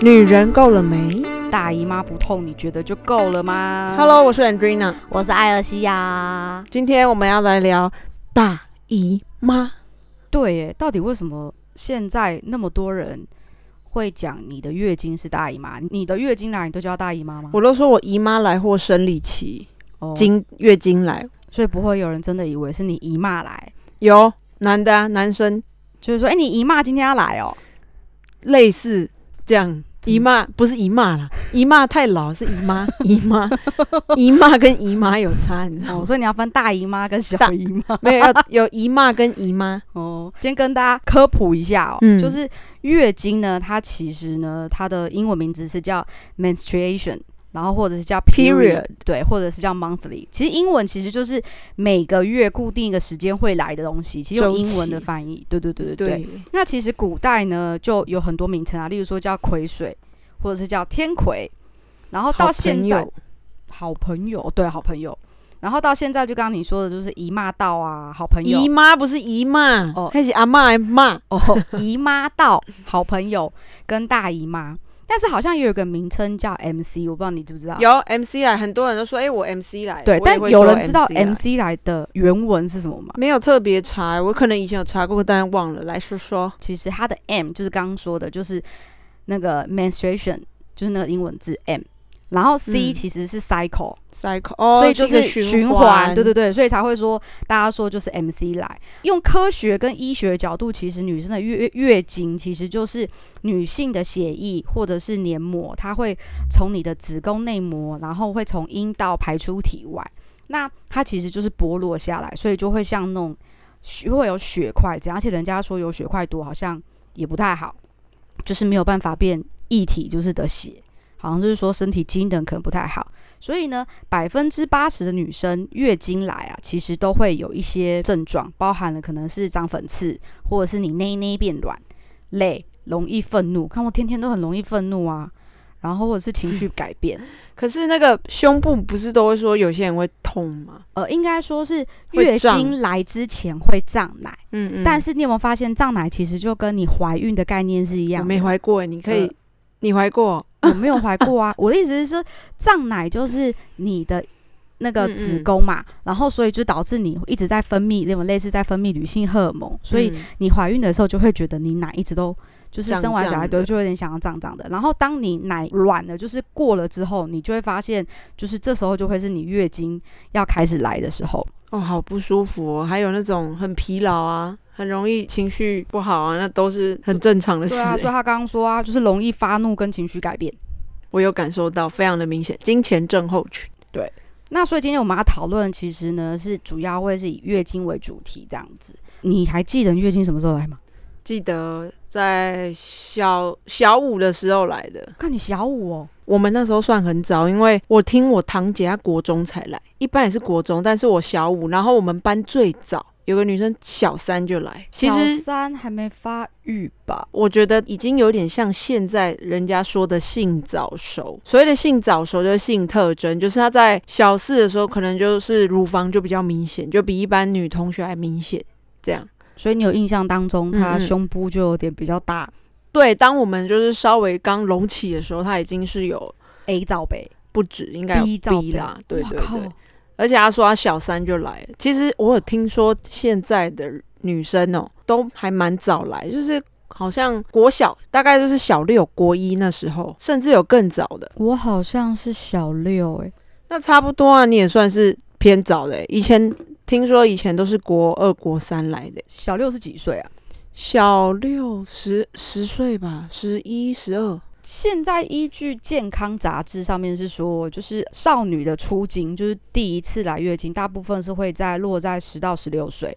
女人够了没大姨妈不痛，你觉得就够了吗？Hello，我是 Andrina，我是艾尔西亚。今天我们要来聊大姨妈。对耶，到底为什么现在那么多人会讲你的月经是大姨妈？你的月经来你都叫大姨妈吗？我都说我姨妈来或生理期，哦经月经来所以不会有人真的以为是你姨妈来，有男的、啊、男生就是说，哎、你姨妈今天要来哦。类似这样。怎么姨妈不是姨妈啦，姨妈太老是姨妈， 姨妈姨妈跟姨妈有差，你知道 哦，吗？所以你要分大姨妈跟小大姨妈。 没有要有姨妈跟姨妈，哦，先跟大家科普一下哦，嗯就是月经呢，它其实呢，它的英文名字是叫 menstruation，然后或者是叫 period，, Period 对，或者是叫 monthly。其实英文其实就是每个月固定一个时间会来的东西，其实用周期英文的翻译，对对对对对。哦对，那其实古代呢，就有很多名称啊，例如说叫癸水，或者是叫天癸，然后到好现朋在友好朋友，对，好朋友。然后到现在就刚刚你说的，就是姨妈到啊，好朋友姨妈不是姨妈哦，还是阿妈妈，哦， 姨妈到好朋友跟大姨妈，但是好像也有个名称叫 MC，我不知道你知不知道。有 MC 来，很多人都说，哎、我 MC 来了。啊我对，也但会有说啊人知道 MC 来 MC 来的原文是什么吗？没有特别查，我可能以前有查过，但忘了。来说说，其实它的 M 就是刚刚说的，就是那个 menstruation，就是那个英文字 M。然后 C 嗯其实是 cycle，、 cycle，哦，所以就一个是循环，对对对，对，所以才会说大家说就是 MC 来。用科学跟医学的角度，其实女生的月月经其实就是女性的血液或者是黏膜，它会从你的子宫内膜，然后会从阴道排出体外。那它其实就是剥落下来，所以就会像那种血会有血块这样，而且人家说有血块多好像也不太好，就是没有办法变液体，就是的血，好像就是说身体机能可能不太好。所以呢，百分之八十的女生月经来啊，其实都会有一些症状，包含了可能是长粉刺，或者是你内内变软、累、容易愤怒。看我天天都很容易愤怒啊，然后或者是情绪改变。可是那个胸部不是都会说有些人会痛吗？呃，应该说是会月胀经来之前会胀奶，嗯嗯，但是你有没有发现胀奶其实就跟你怀孕的概念是一我样的？没怀过，你可以，呃你怀过？我没有怀过啊。我的意思是说，胀奶就是你的那个嗯嗯子宫嘛，然后所以就导致你一直在分泌那种类似在分泌女性荷尔蒙，所以嗯你怀孕的时候就会觉得你奶一直都就是胀生完小胀孩的都就有点想要胀胀的。然后当你奶软了，就是过了之后，你就会发现，就是这时候就会是你月经要开始来的时候。哦，好不舒服哦，还有那种很疲劳啊，很容易情绪不好啊，那都是很正常的事、对啊，欸所以他刚刚说啊，就是容易发怒跟情绪改变。我有感受到，非常的明显，金钱症候群。那所以今天我们要讨论，其实呢是主要会是以月经为主题这样子。你还记得你月经什么时候来吗？记得在小小五的时候来的，看你小五哦，我们那时候算很早，因为我听我堂姐她国中才来，一般也是国中，但是我小五，然后我们班最早有个女生小三就来。其小实三还没发育吧？我觉得已经有点像现在人家说的性早熟，所谓的性早熟就是性特征，就是她在小四的时候可能就是乳房就比较明显，就比一般女同学还明显，这样。所以你有印象当中，嗯她嗯胸部就有点比较大对，当我们就是稍微刚隆起的时候，她已经是有，A 罩杯，不止，应该有 B 罩 B 杯啦，对对哇靠对。而且他说他小三就来了。其实我有听说现在的女生哦、都还蛮早来，就是好像国小大概就是小六、国一那时候，甚至有更早的。我好像是小六哎、那差不多啊，你也算是偏早的欸、以前听说以前都是国二、国三来的欸、小六是几岁啊？小六十十岁吧，十一、十二。现在依据健康杂志上面是说，就是少女的初经，就是第一次来月经，大部分是会在落在十到十六岁。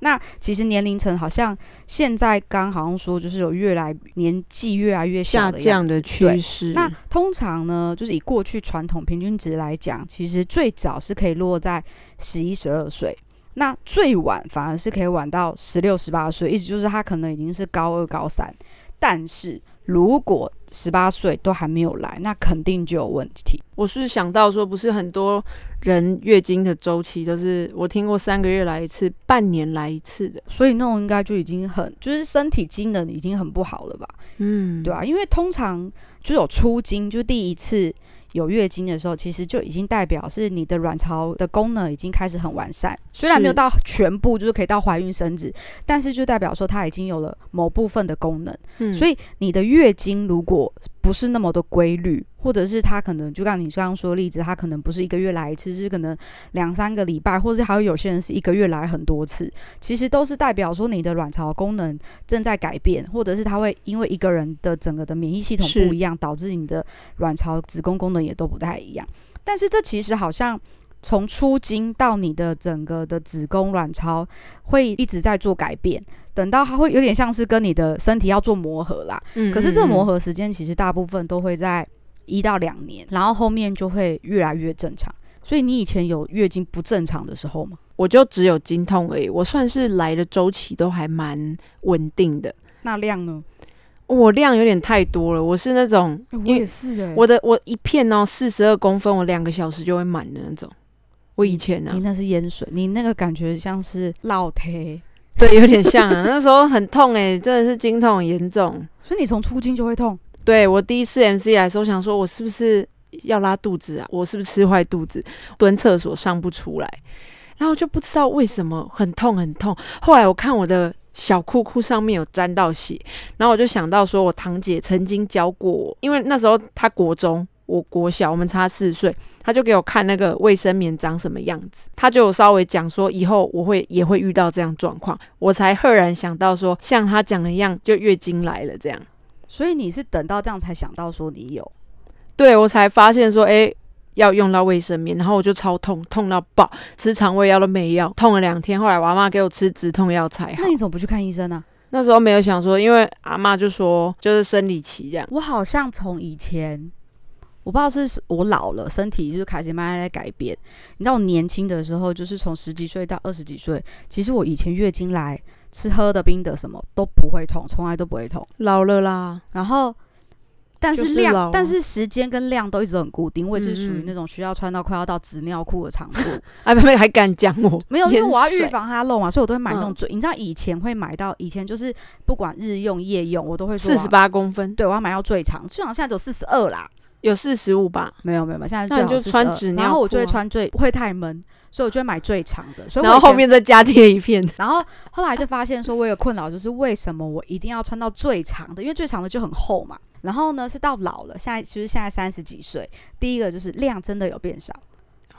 那其实年龄层好像现在刚好像说，就是有越来年纪越来越小下的降样子的对趋势，那通常呢，就是以过去传统平均值来讲，其实最早是可以落在十一、十二岁，那最晚反而是可以晚到十六、十八岁，意思就是他可能已经是高二、高三。但是如果十八岁都还没有来，那肯定就有问题。我是想到说，不是很多人月经的周期都是我听过三个月来一次、半年来一次的。所以那种应该就已经很，就是身体机能已经很不好了吧？嗯，对啊，因为通常就有初经，就第一次有月经的时候，其实就已经代表是你的卵巢的功能已经开始很完善，虽然没有到全部，就是可以到怀孕生子，但是就代表说它已经有了某部分的功能。嗯所以你的月经如果不是那么的规律，或者是它可能就像你刚刚说的例子，它可能不是一个月来一次，是可能两三个礼拜，或者还有有些人是一个月来很多次，其实都是代表说你的卵巢功能正在改变，或者是它会因为一个人的整个的免疫系统是不一样，导致你的卵巢、子宫功能也都不太一样。但是这其实好像从出经到你的整个的子宫、卵巢会一直在做改变，等到它会有点像是跟你的身体要做磨合啦。嗯可是这磨合合时间其实大部分都会在一到两年，然后后面就会越来越正常。所以你以前有月经不正常的时候吗？我就只有经痛而已，我算是来的周期都还蛮稳定的。那量呢？我量有点太多了，我是那种欸、我因为也是哎、我的我一片哦四十二公分，我两个小时就会满的那种。我以前呢、啊你那是淹水，你那个感觉像是落胎，对，有点像啊，那时候很痛诶、真的是经痛很严重。所以你从出经就会痛。对我第一次 MC 来的时候，想说我是不是要拉肚子啊？我是不是吃坏肚子，蹲厕所上不出来？然后就不知道为什么很痛很痛。后来我看我的小裤裤上面有沾到血，然后我就想到说，我堂姐曾经教过我，因为那时候她国中。我国小，我们差四岁，她就给我看那个卫生棉长什么样子，她就有稍微讲说，以后我会也会遇到这样状况，我才赫然想到说，像她讲的一样，就月经来了这样。所以你是等到这样才想到说你有，对我才发现说，诶，要用到卫生棉，然后我就超痛，痛到爆，吃肠胃药都没药，痛了两天。后来我阿妈给我吃止痛药才哎好那。你怎么不去看医生呢、那时候没有想说，因为阿妈就说就是生理期这样。我好像从以前，我不知道是我老了，身体就是开始慢慢在改变。你知道我年轻的时候，就是从十几岁到二十几岁，其实我以前月经来吃喝的冰的什么都不会痛，从来都不会痛。老了啦，然后，但就是是量，老啊但是时间跟量都一直很固定。我也是属嗯于嗯那种需要穿到快要到纸尿裤的长度，哎，妹妹还敢讲我 没有，因为盐我要预水防啊它漏嘛，所以我都会买那种嗯最。你知道以前会买到，以前就是不管日用夜用，我都会说我四要十，八公分，对，我要买到最长，最长现在只有四十二啦。有四十五吧，没有没有，没有现在那你最好就是穿12纸尿然后裤我就会啊穿最会太闷，所以我就会买最长的。所以我然后以前后，面再加贴一 片。然后后来就发现说，我有困扰，就是为什么我一定要穿到最长的？因为最长的就很厚嘛。然后呢，是到老了，现在其实现在三十几岁，第一个就是量真的有变少，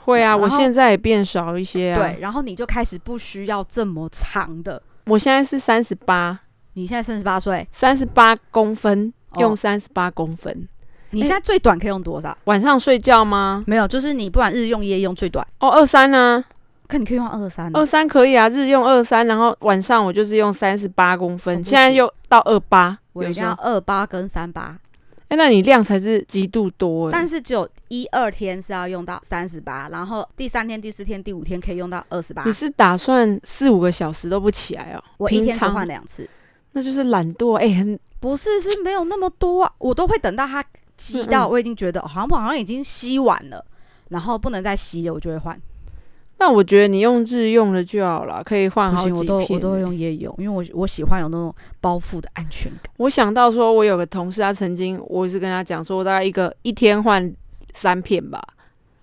会啊，然后我现在也变少一些啊。对，，然后你就开始不需要这么长的。我现在是三十八，你现在三十八岁，三十八公分，哦用三十八公分。你现在最短可以用多少？晚上睡觉吗？哎没有，就是你不管日用夜用最短，哦，二三呢？可你可以用二三、二三可以啊，日用二三，然后晚上我就是用三十八公分，哦不行现在又到二八。我有一时定要候，二八跟三八。哎，那你量才是极度多哎、但是只有一二天是要用到三十八，然后第三天、第四天、第五天可以用到二十八欸你。是打算四五个小时都不起来哦？我一天平只常换两次，那就是懒惰哎、很不是是没有那么多、啊，我都会等到它吸到，嗯嗯我已经觉得哦好像我好像已经吸完了，然后不能再吸了，我就会换。那我觉得你用日用的就好了，可以换不好行，几我片、都我都会。用夜用，因为我我喜欢有那种包覆的安全感。我想到说，我有个同事，他曾经我是跟他讲说，我大概一个一天换三片吧，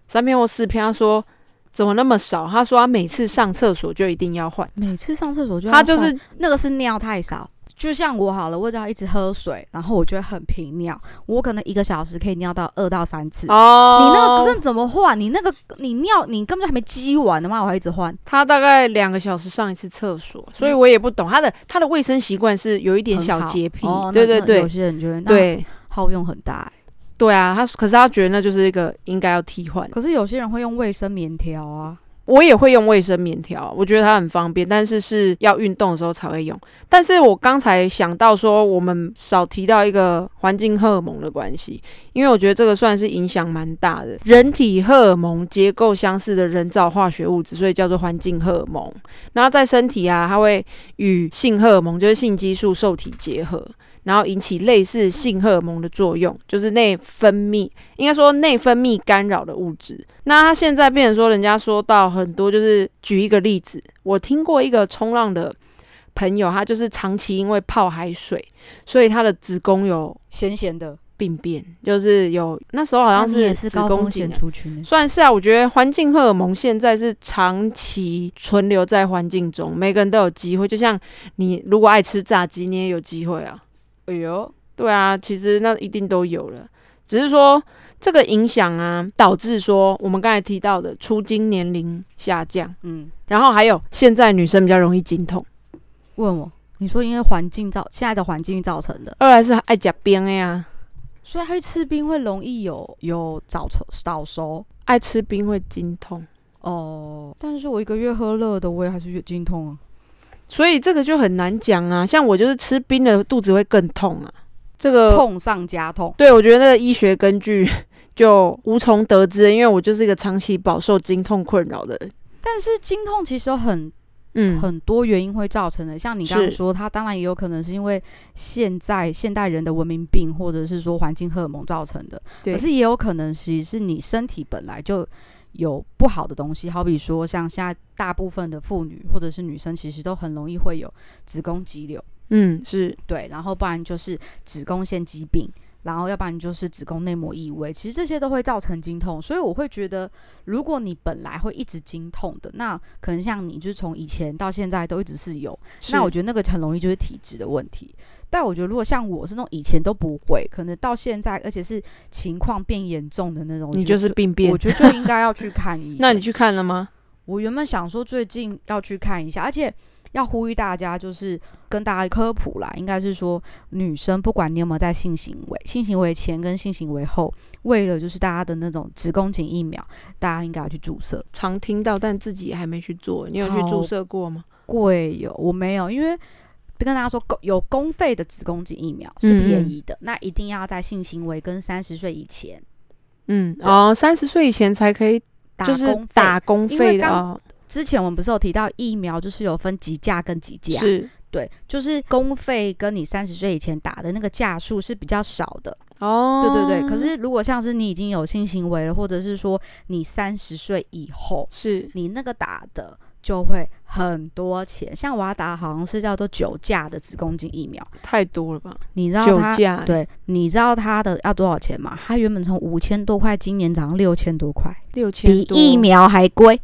三片或四片。他说怎么那么少？他说他每次上厕所就一定要换，每次上厕所就要他就换是那个是尿太少。就像我好了，我只要一直喝水，然后我就会很频尿，我可能一个小时可以尿到二到三次。哦，你那个那怎么换？你那个你尿你根本就还没积完的嘛，我还一直换，他大概两个小时上一次厕所，所以我也不懂他的他的卫生习惯是有一点小嗯很好洁癖，哦、那对对那对有些人觉得对对耗用很大、欸，对啊，他可是他觉得那就是一个应该要替换。可是有些人会用卫生棉条啊，我也会用卫生棉条，我觉得它很方便，但是是要运动的时候才会用。但是我刚才想到说，我们少提到一个环境荷尔蒙的关系，因为我觉得这个算是影响蛮大的。人体荷尔蒙结构相似的人造化学物质，所以叫做环境荷尔蒙。然后在身体啊，它会与性荷尔蒙，就是性激素受体结合。然后引起类似性荷尔蒙的作用，就是内分泌，应该说内分泌干扰的物质。那它现在变成说，人家说到很多，就是举一个例子，我听过一个冲浪的朋友，他就是长期因为泡海水，所以他的子宫有咸咸的，病变，就是有那时候好好像你也是子高宫风颈险癌族群呢。算是啊，我觉得环境荷尔蒙现在是长期存留在环境中，每个人都有机会。就像你如果爱吃炸鸡，你也有机会啊。哎呦，对啊，其实那一定都有了，只是说这个影响啊，导致说我们刚才提到的出经年龄下降，嗯，然后还有现在女生比较容易经痛，问我，你说因为环境造现在的环境造成的，二来是爱夹冰的呀、所以它去吃冰会容易有有早熟早熟爱吃冰会经痛。哦。但是我一个月喝热的，我也还是月经痛啊。所以这个就很难讲啊。像我就是吃冰的，肚子会更痛啊。这个，痛上加痛。对我觉得那个医学根据 就无从得知，因为我就是一个长期饱受经痛困扰的人。但是经痛其实有很、嗯，很多原因会造成的，像你刚刚是说，它当然也有可能是因为现在现代人的文明病，或者是说环境荷尔蒙造成的，对可是也有可能其实是你身体本来就。有不好的东西，好比说像现在大部分的妇女或者是女生，其实都很容易会有子宫肌瘤，嗯，是对，然后不然就是子宫腺疾病，然后要不然就是子宫内膜异位，其实这些都会造成经痛，所以我会觉得，如果你本来会一直经痛的，那可能像你就是从以前到现在都一直是有，那我觉得那个很容易就是体质的问题。但我觉得如果像我是那种以前都不会，可能到现在而且是情况变严重的那种，得你就是病变我。觉得就应该要去看医生。 那你去看了吗？我原本想说最近要去看一下，而且要呼吁大家，就是跟大家科普啦，应该是说女生不管你有没有在性行为、性行为前跟性行为后，为了就是大家的那种子宫颈疫苗，大家应该要去注射。常听到，但自己还没去做。你有去好注射过吗？贵有我没有，因为。跟大家说，公有公费的子宫颈疫苗嗯是嗯便宜的，那一定要在性行为跟三十岁以前嗯，哦，三十岁以前才可以，打就是公费。打工因为费的刚哦，之前我们不是有提到疫苗，就是有分几价跟几价，是对，就是公费跟你三十岁以前打的那个价数是比较少的，哦，对对对。可是如果像是你已经有性行为了，或者是说你三十岁以后，是你那个打的就会很多钱。像我要打好像是叫做九价的子宫颈疫苗，太多了吧？你知道酒它驾，对，你知道它的要多少钱吗？它原本从五千多块，今年涨到六千多块，六千比疫苗还贵。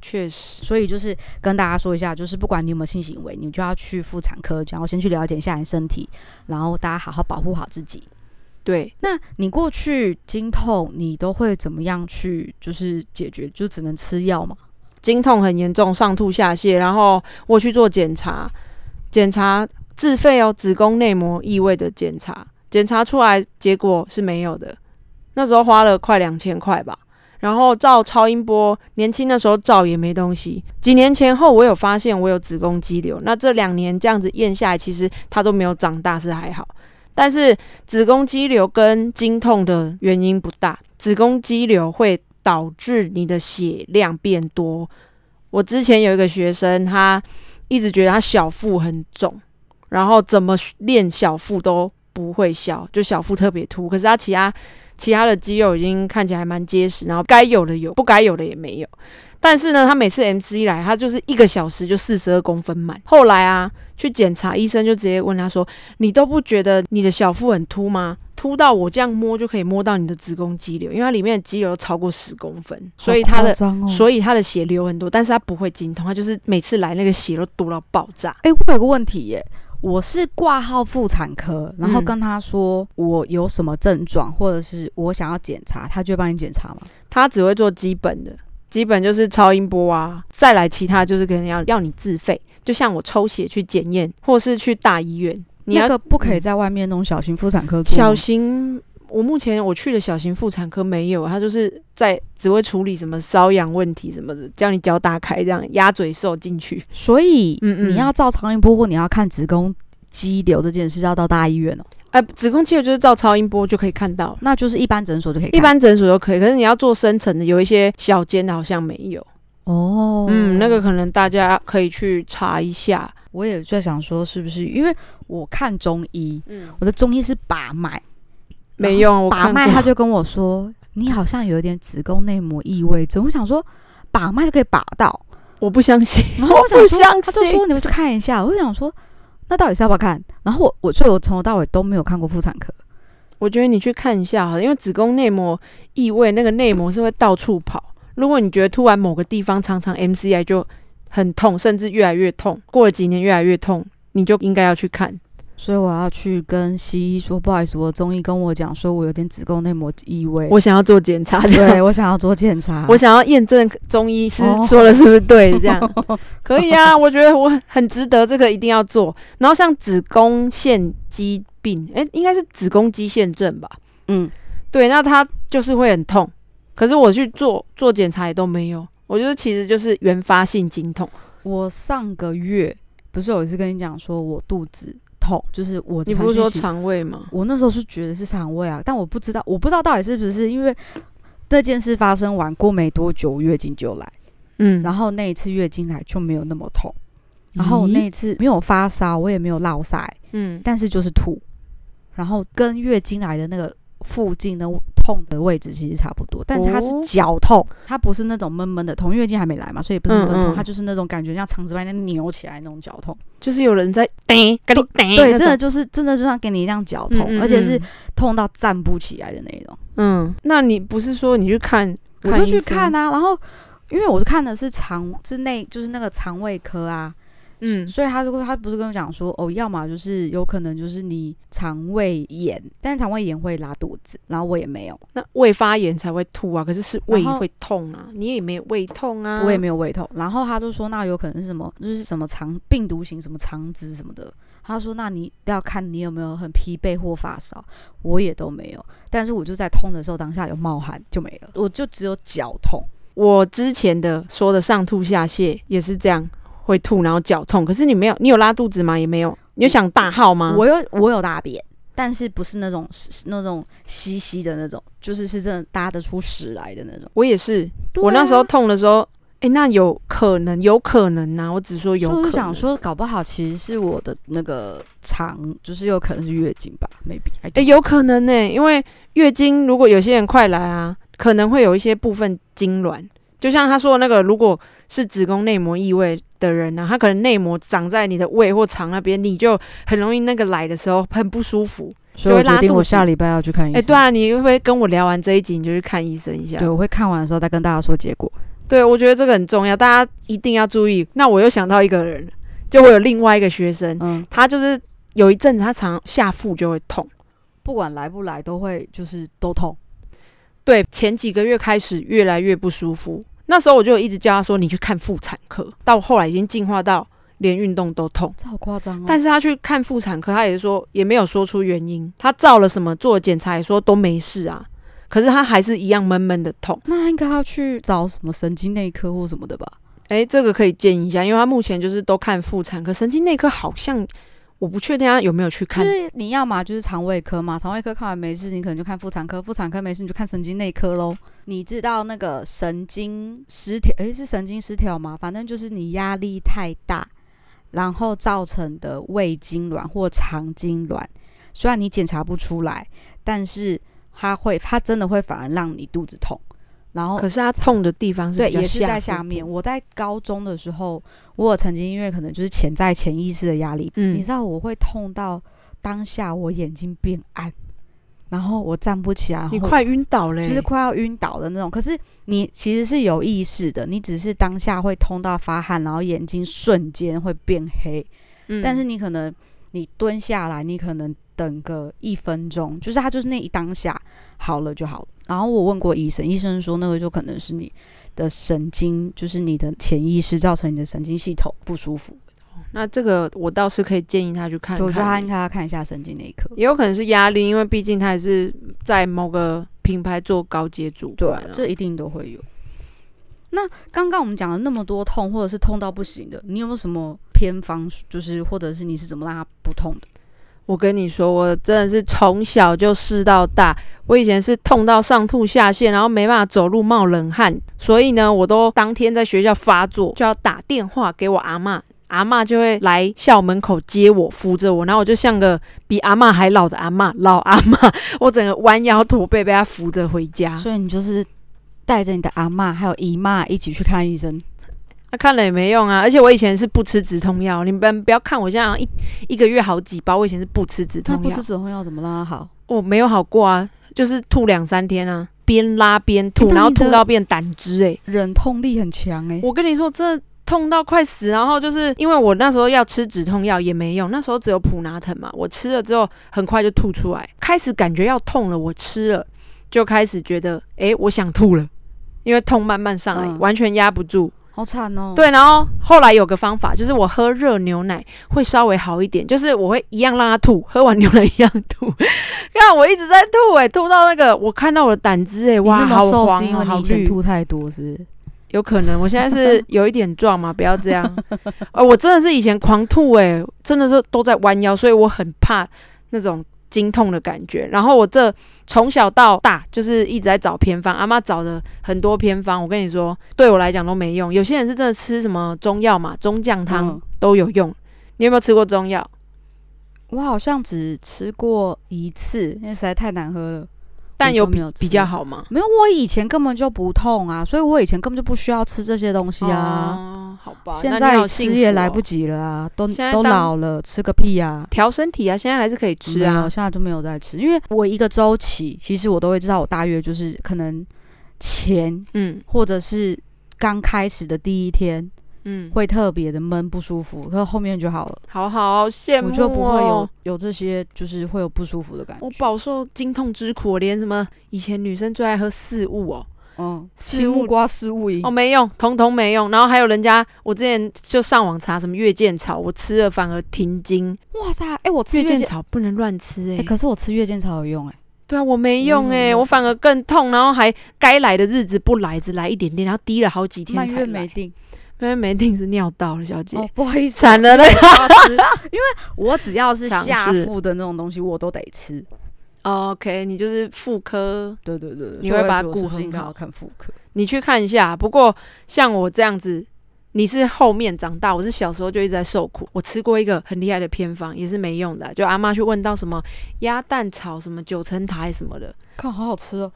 确实所以就是跟大家说一下，就是不管你有没有性行为，你就要去妇产科，然后先去了解一下你身体，然后大家好好保护好自己。对。那你过去经痛，你都会怎么样去就是解决？就只能吃药吗？经痛很严重，上吐下泻，然后我去做检查，检查自费哦，子宫内膜异位的检查，检查出来结果是没有的，那时候花了快两千块吧。然后照超音波，年轻的时候照也没东西。几年前后，我有发现我有子宫肌瘤。那这两年这样子验下来，其实它都没有长大，是还好。但是子宫肌瘤跟经痛的原因不大，子宫肌瘤会导致你的血量变多，我之前有一个学生，他一直觉得他小腹很肿，然后怎么练小腹都不会消，就小腹特别凸。可是他其他其他的肌肉已经看起来蛮结实，然后该有的有，不该有的也没有。但是呢，他每次 MC 来，他就是一个小时就四十二公分满。后来啊，去检查，医生就直接问他说：“你都不觉得你的小腹很凸吗？凸到我这样摸就可以摸到你的子宫肌瘤，因为它里面的肌瘤超过十公分，所以哦他的嗯所以他的血流很多，但是他不会经痛，他就是每次来那个血都多到爆炸。哎、我有个问题耶，我是挂号妇产科，然后嗯跟他说我有什么症状，或者是我想要检查，他就会帮你检查吗？他只会做基本的，基本就是超音波啊，再来其他就是可能要要你自费，就像我抽血去检验，或是去大医院，你那要个不可以在外面弄小型妇产科做吗小型。我目前我去的小型妇产科没有，他就是在只会处理什么瘙痒问题什么的，叫你脚打开这样鸭嘴兽进去。所以嗯嗯你要照超音波或你要看子宫肌瘤这件事，要到大医院哦，呃，子宫肌瘤就是照超音波就可以看到了，那就是一般诊所就可以看。一般诊所都可以，可是你要做深层的，有一些小间的好像没有。哦，嗯嗯，那个可能大家可以去查一下。我也在想说，是不是因为我看中医，嗯，我的中医是把脉，没用，我把看脉过他就跟我说，你好像有一点子宫内膜异位症。我想说，把脉就可以把 到， 我不相信， 然后我想不说，相他就信说你们去看一下。我就想说，那到底是要不要看？然后我我所以我从头到尾都没有看过妇产科。我觉得你去看一下好了，因为子宫内膜异位，那个内膜是会到处跑。如果你觉得突然某个地方常常 MCI 就很痛，甚至越来越痛，过了几年越来越痛，你就应该要去看。所以我要去跟西医说，不好意思，我中医跟我讲说我有点子宫内膜异位，我想要做检 查，这对样我想要做检查，我想要验证中医师哦说的是不是对，这样 可以啊。我觉得我很值得这个一定要做。然后像子宫腺肌病，诶、应该是子宫肌腺症吧？嗯，对，那它就是会很痛。可是我去做做检查也都没有，我觉得其实就是原发性经痛。我上个月不是有一次跟你讲说我肚子痛，就是我你不是传说讯息肠胃吗？我那时候是觉得是肠胃啊，但我不知道，我不知道到底是不是因为这件事发生完过没多久，我月经就来，嗯，然后后那一次月经来就没有那么痛，然后我那一次没有发烧，我也没有落腮，嗯，但是就是吐，然后跟月经来的那个附近的痛的位置其实差不多，但它是哦绞痛，它不是那种闷闷的痛，因为月经还没来嘛，所以不是闷嗯闷痛，嗯它就是那种感觉像肠子把你扭起来那种绞痛，就是有人在叮，跟你叮，对，嗯那真的种就是真的就像给你一样绞嗯痛，嗯而且是嗯痛到站不起来的那种。嗯，那你不是说你去看？我就去医生看，啊，然后因为我看的是肠之内，就是那个肠胃科啊，嗯，所以他就会他不是跟我讲说，哦，要么就是有可能就是你肠胃炎，但肠胃炎会拉肚子，然后我也没有，那胃发炎才会吐啊，可是是胃然后会痛啊，你也没有胃痛啊，我也没有胃痛，然后他就说那有可能是什么，就是什么肠病毒型什么肠子什么的。他说：“那你要看你有没有很疲惫或发烧，我也都没有，但是我就在痛的时候当下有冒汗就没了，我就只有绞痛。我之前的说的上吐下泻也是这样，会吐然后绞痛，可是你没有，你有拉肚子吗？也没有，你有想大号吗？我有我有大便，但是不是那种是那种稀稀的那种，就是是真的搭得出屎来的那种。我也是，对啊我那时候痛的时候，哎、那有可能，有可能啊呐、我只说有所可以我能。就想，说，搞不好其实是我的那个肠，就是有可能是月经吧，maybe。哎哎、有可能呢、因为月经如果有些人快来啊，可能会有一些部分痉挛，就像他说的那个，如果是子宫内膜异位的人呢、啊，他可能内膜长在你的胃或肠那边，你就很容易那个来的时候很不舒服。所以我就会拉决定肚我子下礼拜要去看医哎、生。对啊，你会不会跟我聊完这一集，你就去看医生一下？嗯对，啊我会看完的时候再跟大家说结果。对，我觉得这个很重要，大家一定要注意。那我又想到一个人，就我有另外一个学生，嗯，他就是有一阵子他常下腹就会痛，不管来不来都会就是都痛。对，前几个月开始越来越不舒服。那时候我就一直叫他说你去看妇产科，到后来已经进化到连运动都痛。这好夸张哦！但是他去看妇产科，他也是说也没有说出原因，他照了什么做了检查也说都没事啊，可是他还是一样闷闷的痛。那应该要去找什么神经内科或什么的吧？诶，这个可以建议一下，因为他目前就是都看妇产科，神经内科好像我不确定他有没有去就看。是你要嘛就是肠胃科嘛，肠胃科看完没事，你可能就看妇产科，妇产科没事你就看神经内科喽。你知道那个神经失调，诶，是神经失调吗？反正就是你压力太大，然后造成的胃痉挛或肠痉挛，虽然你检查不出来，但是它会，它真的会反而让你肚子痛，然后可是他痛的地方是对，比较也是在下下腹面。我在高中的时候，我有曾经因为可能就是潜在潜意识的压力，嗯你知道我会痛到当下我眼睛变暗，然后我站不起来，然你后快晕倒嘞、就是快要晕倒的那种。可是你其实是有意识的，你只是当下会痛到发汗，然后眼睛瞬间会变黑，嗯但是你可能你蹲下来，你可能等个一分钟，就是它就是那一当下好了就好了。然后我问过医生，医生说那个就可能是你的神经，就是你的潜意识造成你的神经系统不舒服。那这个我倒是可以建议他去看对看，我觉得他应该要看一下神经内科。也有可能是压力，因为毕竟他也是在某个品牌做高阶主对管啊啊、，这一定都会有。那刚刚我们讲了那么多痛，或者是痛到不行的，你有没有什么偏方？就是或者是你是怎么让它不痛的？我跟你说，我真的是从小就试到大。我以前是痛到上吐下泻，然后没办法走路，冒冷汗，所以呢，我都当天在学校发作，就要打电话给我阿嬷。阿嬷就会来校门口接我，扶着我，然后我就像个比阿嬷还老的阿嬷，老阿嬷，我整个弯腰驼背被她扶着回家。啊所以你就是带着你的阿嬷还有姨妈一起去看医生。她看了也没用啊，而且我以前是不吃止痛药，你们不要看我现在好像一一个月好几包，我以前是不吃止那痛不药吃，止痛药怎么让他好？我没有好过啊，就是吐两三天啊，边拉边欸吐，那然后你的吐到变胆汁哎、忍痛力很强哎、我跟你说，真的痛到快死。然后就是因为我那时候要吃止痛药也没用，那时候只有普拿疼嘛，我吃了之后很快就吐出来，开始感觉要痛了，我吃了就开始觉得，诶，我想吐了。因为痛慢慢上来，嗯完全压不住。好惨哦。，对，然后后来有个方法，就是我喝热牛奶会稍微好一点，就是我会一样让它吐，喝完牛奶一样吐。 看我一直在吐、诶，吐到那个我看到我的胆汁、诶，你哇，那么好瘦黄是因哦，为好你以前绿。吐太多，是不是？有可能，我现在 是有一点壮嘛，不要这样。呃，我真的是以前狂吐、欸，真的是都在弯腰，所以我很怕那种经痛的感觉。然后我这从小到大就是一直在找偏方，阿妈找的很多偏方，我跟你说，对我来讲都没用。有些人是真的吃什么中药嘛，中酱汤嗯都有用。你有没有吃过中药？我好像只吃过一次，因为实在太难喝了。但有就比没有吃比较好吗？没有，我以前根本就不痛啊，所以我以前根本就不需要吃这些东西哦，啊。好吧，现那你在好幸吃也福哦来不及了啊，都现在都当老了，吃个屁啊！调身体啊，现在还是可以吃没啊有，。现在都没有在吃，因为我一个周期，其实我都会知道，我大约就是可能前嗯或者是刚开始的第一天嗯，会特别的闷不舒服，可是后面就好了，好好羡慕、哦，我就不会有有这些就是会有不舒服的感觉。我饱受经痛之苦，我连什么以前女生最爱喝四物哦，嗯，食青木物瓜食物饮哦没用，统统没用。然后还有人家，我之前就上网查什么月见草，我吃了反而停经。哇塞，哎、我吃月月见见，草不能乱吃哎、哎、可是我吃月见草有用哎、对啊，我没用哎、嗯我反而更痛，然后还该来的日子不来，只来一点点，然后滴了好几天蔓才来越莓定蔓越莓定是尿道了，小姐。哦，不好意思，惨了 嘞！我要吃因为我只要是尝下试腹的那种东西，我都得吃。哦 OK，你就是妇科对对对对，你所会以我把它觉得我顾是不是很应该好要看妇科。你去看一下。不过像我这样子，你是后面长大，我是小时候就一直在受苦。我吃过一个很厉害的偏方，也是没用的啊、就阿妈去问到什么鸭蛋炒什么九层塔还是什么的， 看，好好吃哦！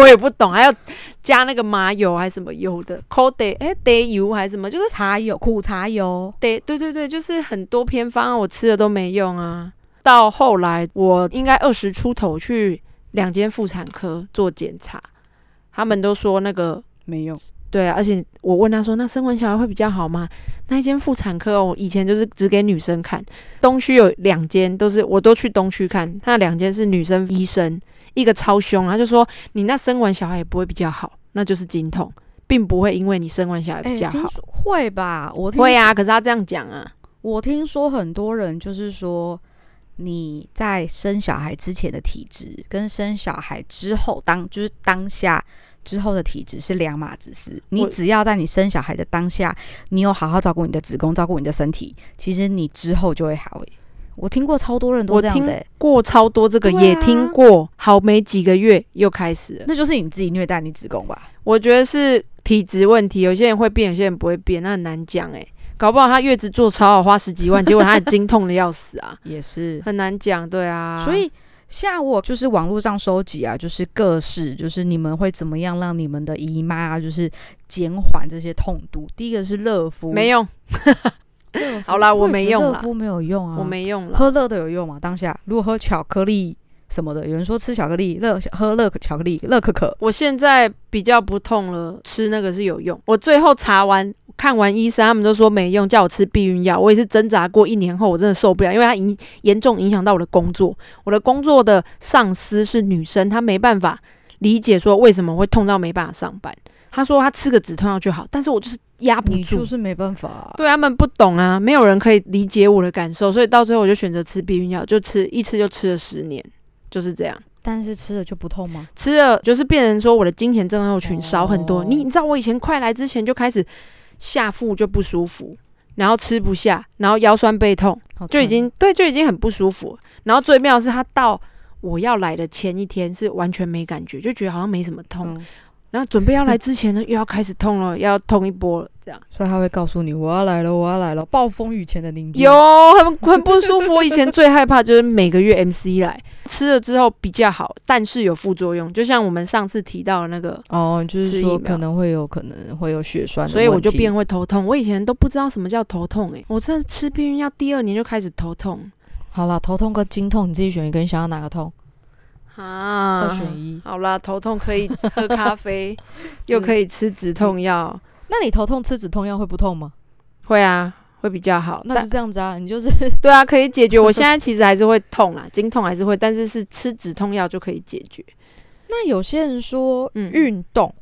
我也不懂，还要加那个麻油还是什么油的 c o d e 哎 d 油还是什么，就是茶油、苦茶油，得对对对，就是很多偏方啊我吃了都没用啊。到后来我应该二十出头去两间妇产科做检查，他们都说那个没用。对啊，而且我问他说，那生完小孩会比较好吗？那一间妇产科哦，我以前就是只给女生看，东区有两间，都是我都去东区看，那两间是女生医生，一个超凶，他就说你那生完小孩也不会比较好，那就是经痛，并不会因为你生完小孩哎比较好。哎听说会吧？我听会啊，可是他这样讲啊，我听说很多人就是说，你在生小孩之前的体质跟生小孩之后当就是当下之后的体质是两码子事。你我只要在你生小孩的当下，你有好好照顾你的子宫，照顾你的身体，其实你之后就会好、欸。我听过超多人都我这样听的、欸过超多这个、对啊也听过，好没几个月又开始了。那就是你自己虐待你子宫吧？我觉得是体质问题，有些人会变，有些人不会变，那很难讲哎、搞不好他月子做超好，花十几万，结果他也经痛的要死啊，也是很难讲，对啊。所以像我就是网络上收集啊，就是各式，就是你们会怎么样让你们的姨妈啊就是减缓这些痛度？第一个是热敷，没有，用，好啦我没也觉得用啦热敷没有用啊，我没用了。喝热的有用吗？当下如果喝巧克力什么的，有人说吃巧克力热喝热巧克力热可可，我现在比较不痛了，吃那个是有用。我最后查完看完医生，他们都说没用，叫我吃避孕药。我也是挣扎过一年后，我真的受不了，因为它影严重影响到我的工作。我的工作的上司是女生，她没办法理解说为什么会痛到没办法上班。她说她吃个止痛药就好，但是我就是压不你住就。是没办法啊、对他们不懂啊，没有人可以理解我的感受，所以到最后我就选择吃避孕药，就吃一吃就吃了十年，就是这样。但是吃了就不痛吗？吃了就是变成说我的金钱症候群少很多。哦你你知道我以前快来之前就开始下腹就不舒服，然后吃不下，然后腰酸背痛，好就已痛经对就已经很不舒服了。然后最妙的是他到我要来的前一天是完全没感觉，就觉得好像没什么痛。嗯然后准备要来之前呢， 又要开始痛了，要痛一波了，这 样所以他会告诉你我要来了，我要来了，暴风雨前的宁静。有很很不舒服。我以前最害怕就是每个月 MC 来吃了之后比较好，但是有副作用，就像我们上次提到的那个。哦，就吃是疫说苗可能会有可能会有血栓的问题，所以我就变会头痛。我以前都不知道什么叫头痛、欸，我真的吃避孕药第二年就开始头痛好了，头痛跟经痛你自己选一个，你想要哪个痛？啊二选一。好啦，头痛可 以喝咖啡，又可以吃嗯止痛药，那你头痛吃止痛药会不痛吗？会啊，会比较好。那但就这样子啊，你就是对啊，可以解决。我现在其实还是会痛啊，经痛还是会，但是是吃止痛药就可以解决。那有些人说嗯运动，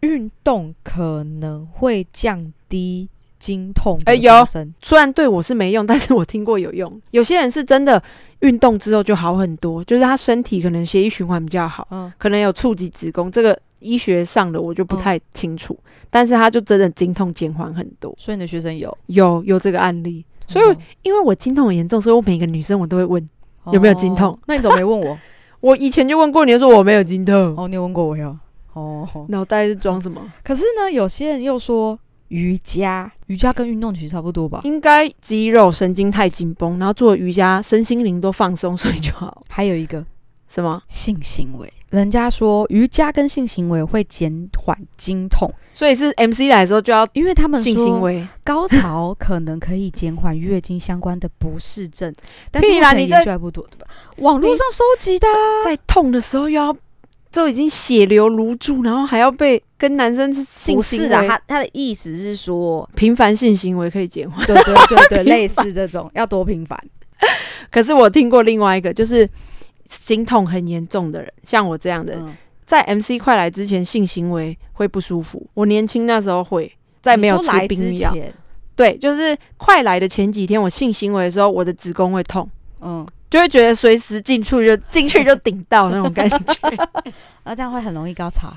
嗯运动可能会降低经痛哎的有发生。虽然对我是没用，但是我听过有用。有些人是真的运动之后就好很多，就是他身体可能血液循环比较好，嗯，可能有触及子宫，这个医学上的我就不太清楚。但是他就真的经痛减缓很多，所以你的学生有，有有这个案例。所以真的因为我经痛很严重，所以我每个女生我都会问。哦有没有经痛？那你怎么没问我？ 我以前就问过你，说我没有经痛，哦，你有问过我哟。哦，脑袋是装什么？可是呢，有些人又说瑜伽，瑜伽跟运动其实差不多吧？应该肌肉神经太紧绷，然后做瑜伽，身心灵都放松，所以就好。还有一个 什么？性行为，人家说瑜伽跟性行为会减缓经痛，所以是 MC 来的时候就要因为他们性说行为。高潮可能可以减缓月经相关的不适 症，但是屁目啦前你这研究还不多。网络上收集的啊，在痛的时候又要就已经血流如注，然后还要被跟男生性不行是啊为，的，他他的意思是说，频繁性行为可以减缓。 对对对 频对，繁类似这种要多频繁。可是我听过另外一个，就是经痛很严重的人，像我这样的，人，嗯，在 MC 快来之前性行为会不舒服。我年轻那时候会，在没有你吃说来之避孕药，前，对，就是快来的前几天，我性行为的时候，我的子宫会痛。嗯，就会觉得随时进去就进去就顶到那种感觉， 那这样会很容易高潮。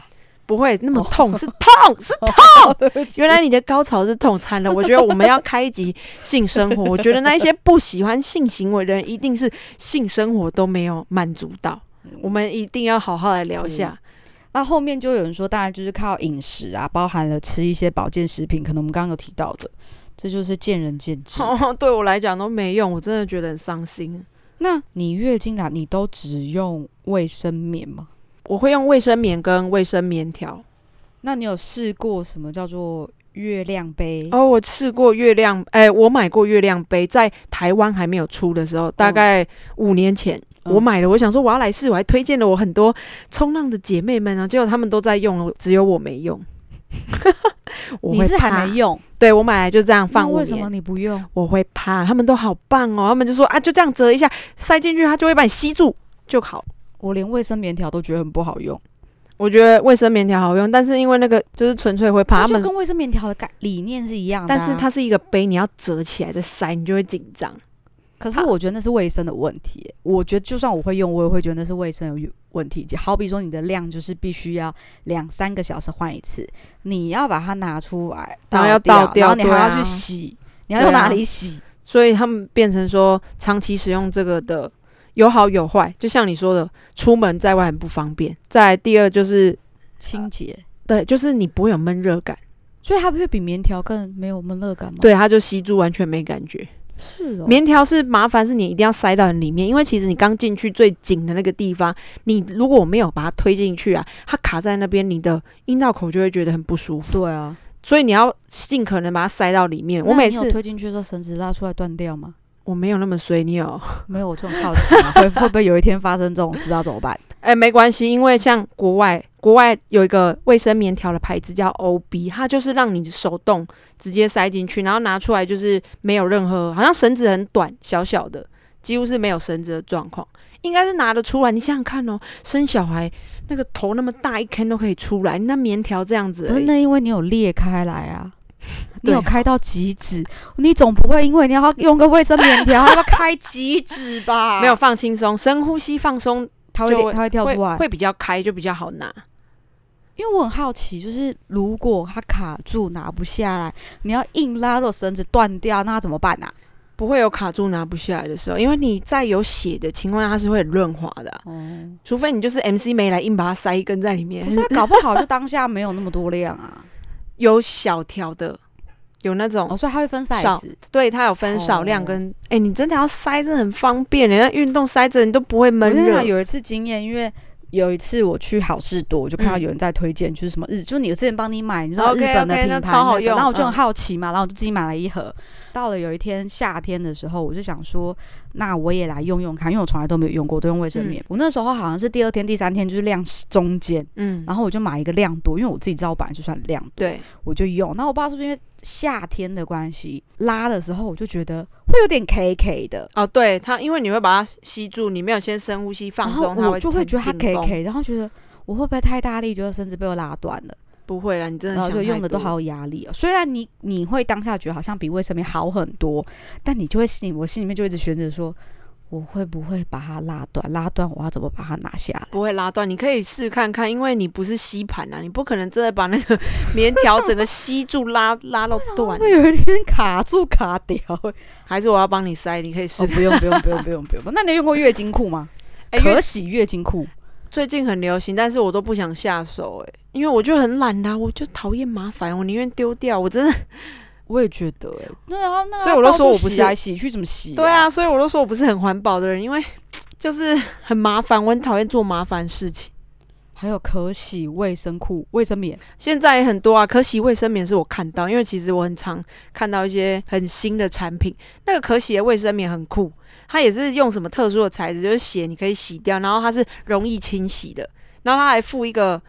不会那么哦痛，是痛，是对不起原来你的高潮是痛惨了，我觉得我们要开一集性生活。我觉得那一些不喜欢性行为的人，一定是性生活都没有满足到。我们一定要好好来聊一下。那后面就有人说，当然就是靠饮食啊，包含了吃一些保健食品，可能我们刚刚有提到的，这就是见仁见智。 哦，对我来讲都没用，我真的觉得很伤心。那你月经来，你都只用卫生棉吗？我会用卫生棉跟卫生棉条。那你有试过什么叫做月亮杯？哦，我试过月亮，哎、我买过月亮杯，在台湾还没有出的时候，大概五年前。嗯我买了，我想说我要来试，我还推荐了我很多冲浪的姐妹们啊，结果她们都在用了，只有我没 用。我你会是还怕没用，对我买来就这样那放五为什么年。你不用？我会怕，他们都好棒哦，他们就说啊，就这样折一下，塞进去，它就会把你吸住就好。我连卫生棉条都觉得很不好用，我觉得卫生棉条好用，但是因为那个就是纯粹会怕它他就们，跟卫生棉条的概理念是一样的啊、但是它是一个杯，你要折起来再塞，你就会紧张。可是我觉得那是卫生的问题耶。我觉得就算我会用，我也会觉得那是卫生有问题。好比说你的量就是必须要两三个小时换一次，你要把它拿出来，然后要倒倒掉然后你还要对啊啊去洗，你要用哪里洗？所以他们变成说，长期使用这个的有好有坏，就像你说的，出门在外很不方便。再来第二就是，清洁。对，就是你不会有闷热感，所以它不会比棉条更没有闷热感吗？，对，它就吸住，完全没感觉。是哦。棉条是麻烦，是你一定要塞到很里面，因为其实你刚进去最紧的那个地方，你如果没有把它推进去啊，它卡在那边，你的阴道口就会觉得很不舒服，对啊，所以你要尽可能把它塞到里面。我那每你有次推进去的时候，绳子拉出来断掉吗？我没有那么随你哦，没有，我就很好 奇、啊，会会不会有一天发生这种事要啊怎么办？哎，没关系，因为像国外国外有一个卫生棉条的牌子叫 OB，它就是让你手动直接塞进去，然后拿出来就是没有任何，好像绳子很短，小小的，几乎是没有绳子的状况，应该是拿得出来。你想想看哦，生小孩那个头那么大一坑都可以出来，那棉条这样子不而是，已，那因为你有裂开来 啊，你对有开到极致，你总不会因为你要用个卫生棉条，要不要开极致吧？ 没有，放轻松，深呼吸放松，它会就会裂它会掉会出来。会比较开，就比较好拿。因为我很好奇，就是如果它卡住拿不下来，你要硬拉，如果绳子断掉，那它怎么办啊？不会有卡住拿不下来的时候，因为你在有血的情况下，它是会很润滑的啊、哦，除非你就是 MC 没来，硬把它塞一根在里面不，是啊、搞不好就当下没有那么多量啊。有小条的，有那种哦，所以它会分少 size。对，它有分少量哦跟哎、你真的要塞，真的很方便。人家运动塞着你都不会我闷跟你热讲，。啊有一次经验，因为有一次我去好事多，我就看到嗯有人在推荐，就是什么日，就是你之前帮你买，你知道 OK，日本的 OK，品那牌超好那个用然后我嗯就很好奇嘛，然后我就自己买了一盒。到了有一天夏天的时候，我就想说，那我也来用用看，因为我从来都没有用过，都用卫嗯生棉。我那时候好像是第二天、第三天就是量中间，嗯，然后我就买一个量多，因为我自己知道我本来就算量多，对，我就用。那我不知道是不是因为夏天的关系，拉的时候我就觉得会有点 K K 的，哦，对它，因为你会把它吸住，你没有先深呼吸放然后松，它哦我就会觉得它紧绷 KK，然后觉得我会不会太大力，觉得身子被我拉断了，不会啦，你真的然后想哦就用的都太多好有压力哦。虽然你你会当下觉得好像比卫生棉好很多，但你就会心里我心里面就一直悬着说，我会不会把它拉断？拉断我要怎么把它拿下来？不会拉断，你可以试看看，因为你不是吸盘啊，你不可能真的把那个棉条整个吸住拉拉到断会。有一点卡住卡掉、 还是我要帮你塞，你可以试哦，。不用不用不用不用不用。那你有用过月经裤吗？哎因为可洗月经裤，最近很流行，但是我都不想下手哎、因为我就很懒啦、我就讨厌麻烦，我宁愿丢掉，我真的。我也觉得哎、对啊，那欸所以我都到处说我不洗是来洗去怎么洗、对，啊，所以我都说我不是很环保的人，因为就是很麻烦，我很讨厌做麻烦事情。还有可洗卫生裤、卫生棉。现在也很多啊，可洗卫生棉是我看到，因为其实我很常看到一些很新的产品。那个可洗的卫生棉很酷，它也是用什么特殊的材质，就是血你可以洗掉，然后它是容易清洗的，然后它还附一个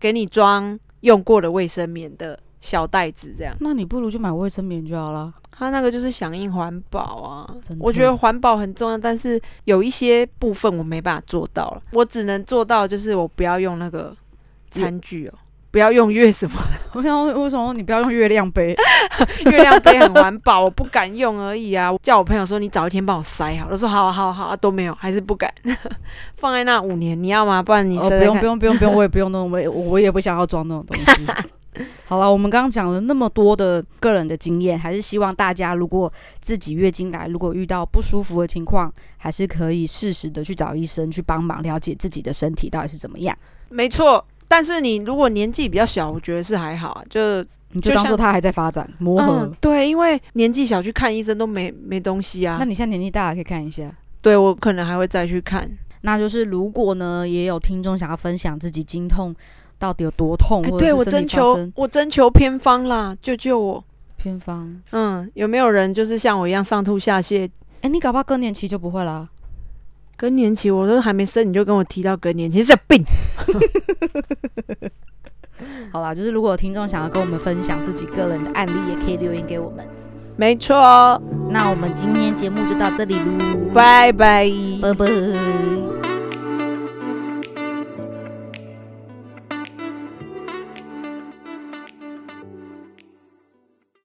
给你装用过的卫生棉的小袋子，这样那你不如就买卫生棉就好了。 它那个就是响应环保啊真。的我觉得环保很重要，但是有一些部分我没办法做到了，我只能做到就是我不要用那个餐具哦，不要用月什么。 我想为什么你不要用月亮杯？月亮杯很环保，我不敢用而已啊。叫我朋友说你早一天帮我塞好，我说好啊好啊好啊都没有，还是不敢 放在那五年，你要吗？不 然你塞哦，塞不用看不用不用不用，我也不用那种，我也我也不想要装那种东西。 好了，我们刚刚讲了那么多的个人的经验，还是希望大家如果自己月经来，如果遇到不舒服的情况，还是可以适时的去找医生去帮忙，了解自己的身体到底是怎么样。没错。但是你如果年纪比较小，我觉得是还好啊，就你就就当像做它还在发展磨合。嗯对，因为年纪小去看医生都没没东西啊那。你现在年纪大了，可以看一下。对我可能还会再去看。那就是如果呢，也有听众想要分享自己经痛到底有多痛，哎，或者对是我身征体发求生我征求偏方啦，救救我！偏方。嗯，有没有人就是像我一样上吐下泻？哎、你搞不好更年期就不会啊啦。更年期我都还没生，你就跟我提到更年期，是有病。好啦，就是如果有听众想要跟我们分享自己个人的案例，也可以留言给我们。没错哦。那我们今天节目就到这里喽，拜拜。拜拜。